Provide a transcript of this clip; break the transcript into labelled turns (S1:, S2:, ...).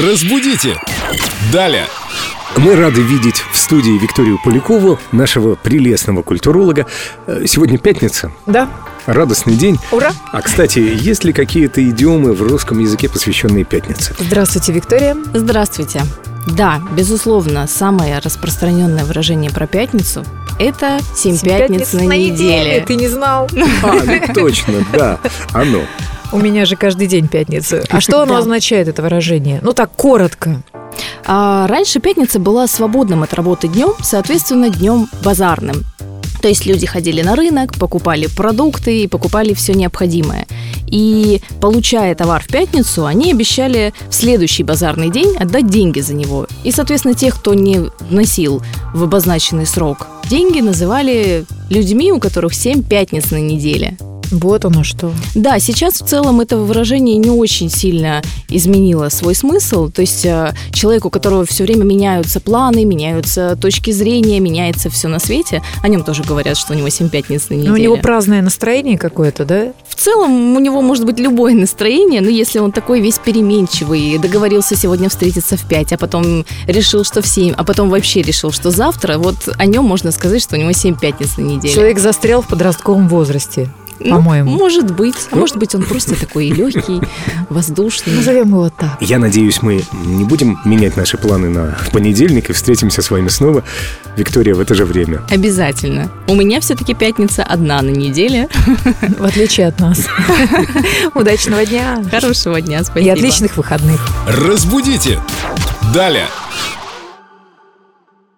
S1: Разбудите! Далее!
S2: Мы рады видеть в студии Викторию Полякову, нашего прелестного культуролога. Э, Сегодня пятница,
S3: Да,
S2: радостный день.
S3: ура!
S2: А, кстати, есть ли какие-то идиомы в русском языке, посвященные пятнице?
S3: Здравствуйте, Виктория.
S4: Здравствуйте. Да, безусловно, самое распространенное выражение про пятницу – это «семь пятниц на неделе».
S3: Ты не знал.
S2: А, ну точно, да, оно.
S3: У меня же каждый день пятница. А что оно
S4: Да.
S3: означает, это выражение? Ну так, коротко.
S4: А раньше пятница была свободным от работы днем, соответственно, днем базарным. То есть люди ходили на рынок, покупали продукты и покупали все необходимое. И, получая товар в пятницу, они обещали в следующий базарный день отдать деньги за него. И, соответственно, тех, кто не вносил в обозначенный срок деньги, называли людьми, у которых 7 пятниц на неделе.
S3: Вот оно что.
S4: Да, сейчас в целом это выражение не очень сильно изменило свой смысл. То есть э, человек, у которого все время меняются планы, меняются точки зрения, меняется все на свете, о нем тоже говорят, что у него 7 пятниц на неделе.
S3: Ну, у него праздное настроение какое-то, да?
S4: В целом у него может быть любое настроение, но если он такой весь переменчивый, договорился сегодня встретиться в 5, а потом решил, что в 7, а потом вообще решил, что завтра, вот о нем можно сказать, что у него 7 пятниц на неделе.
S3: Человек застрял в подростковом возрасте.
S4: Ну,
S3: по-моему.
S4: Может быть. А может быть, он просто такой легкий, воздушный.
S3: Назовем его так.
S2: Я надеюсь, мы не будем менять наши планы на понедельник и встретимся с вами снова, Виктория, в это же время.
S4: Обязательно. У меня все-таки пятница одна на неделе.
S3: В отличие от нас. Удачного дня.
S4: Хорошего дня, спасибо.
S3: И отличных выходных.
S1: Разбудите! Далее!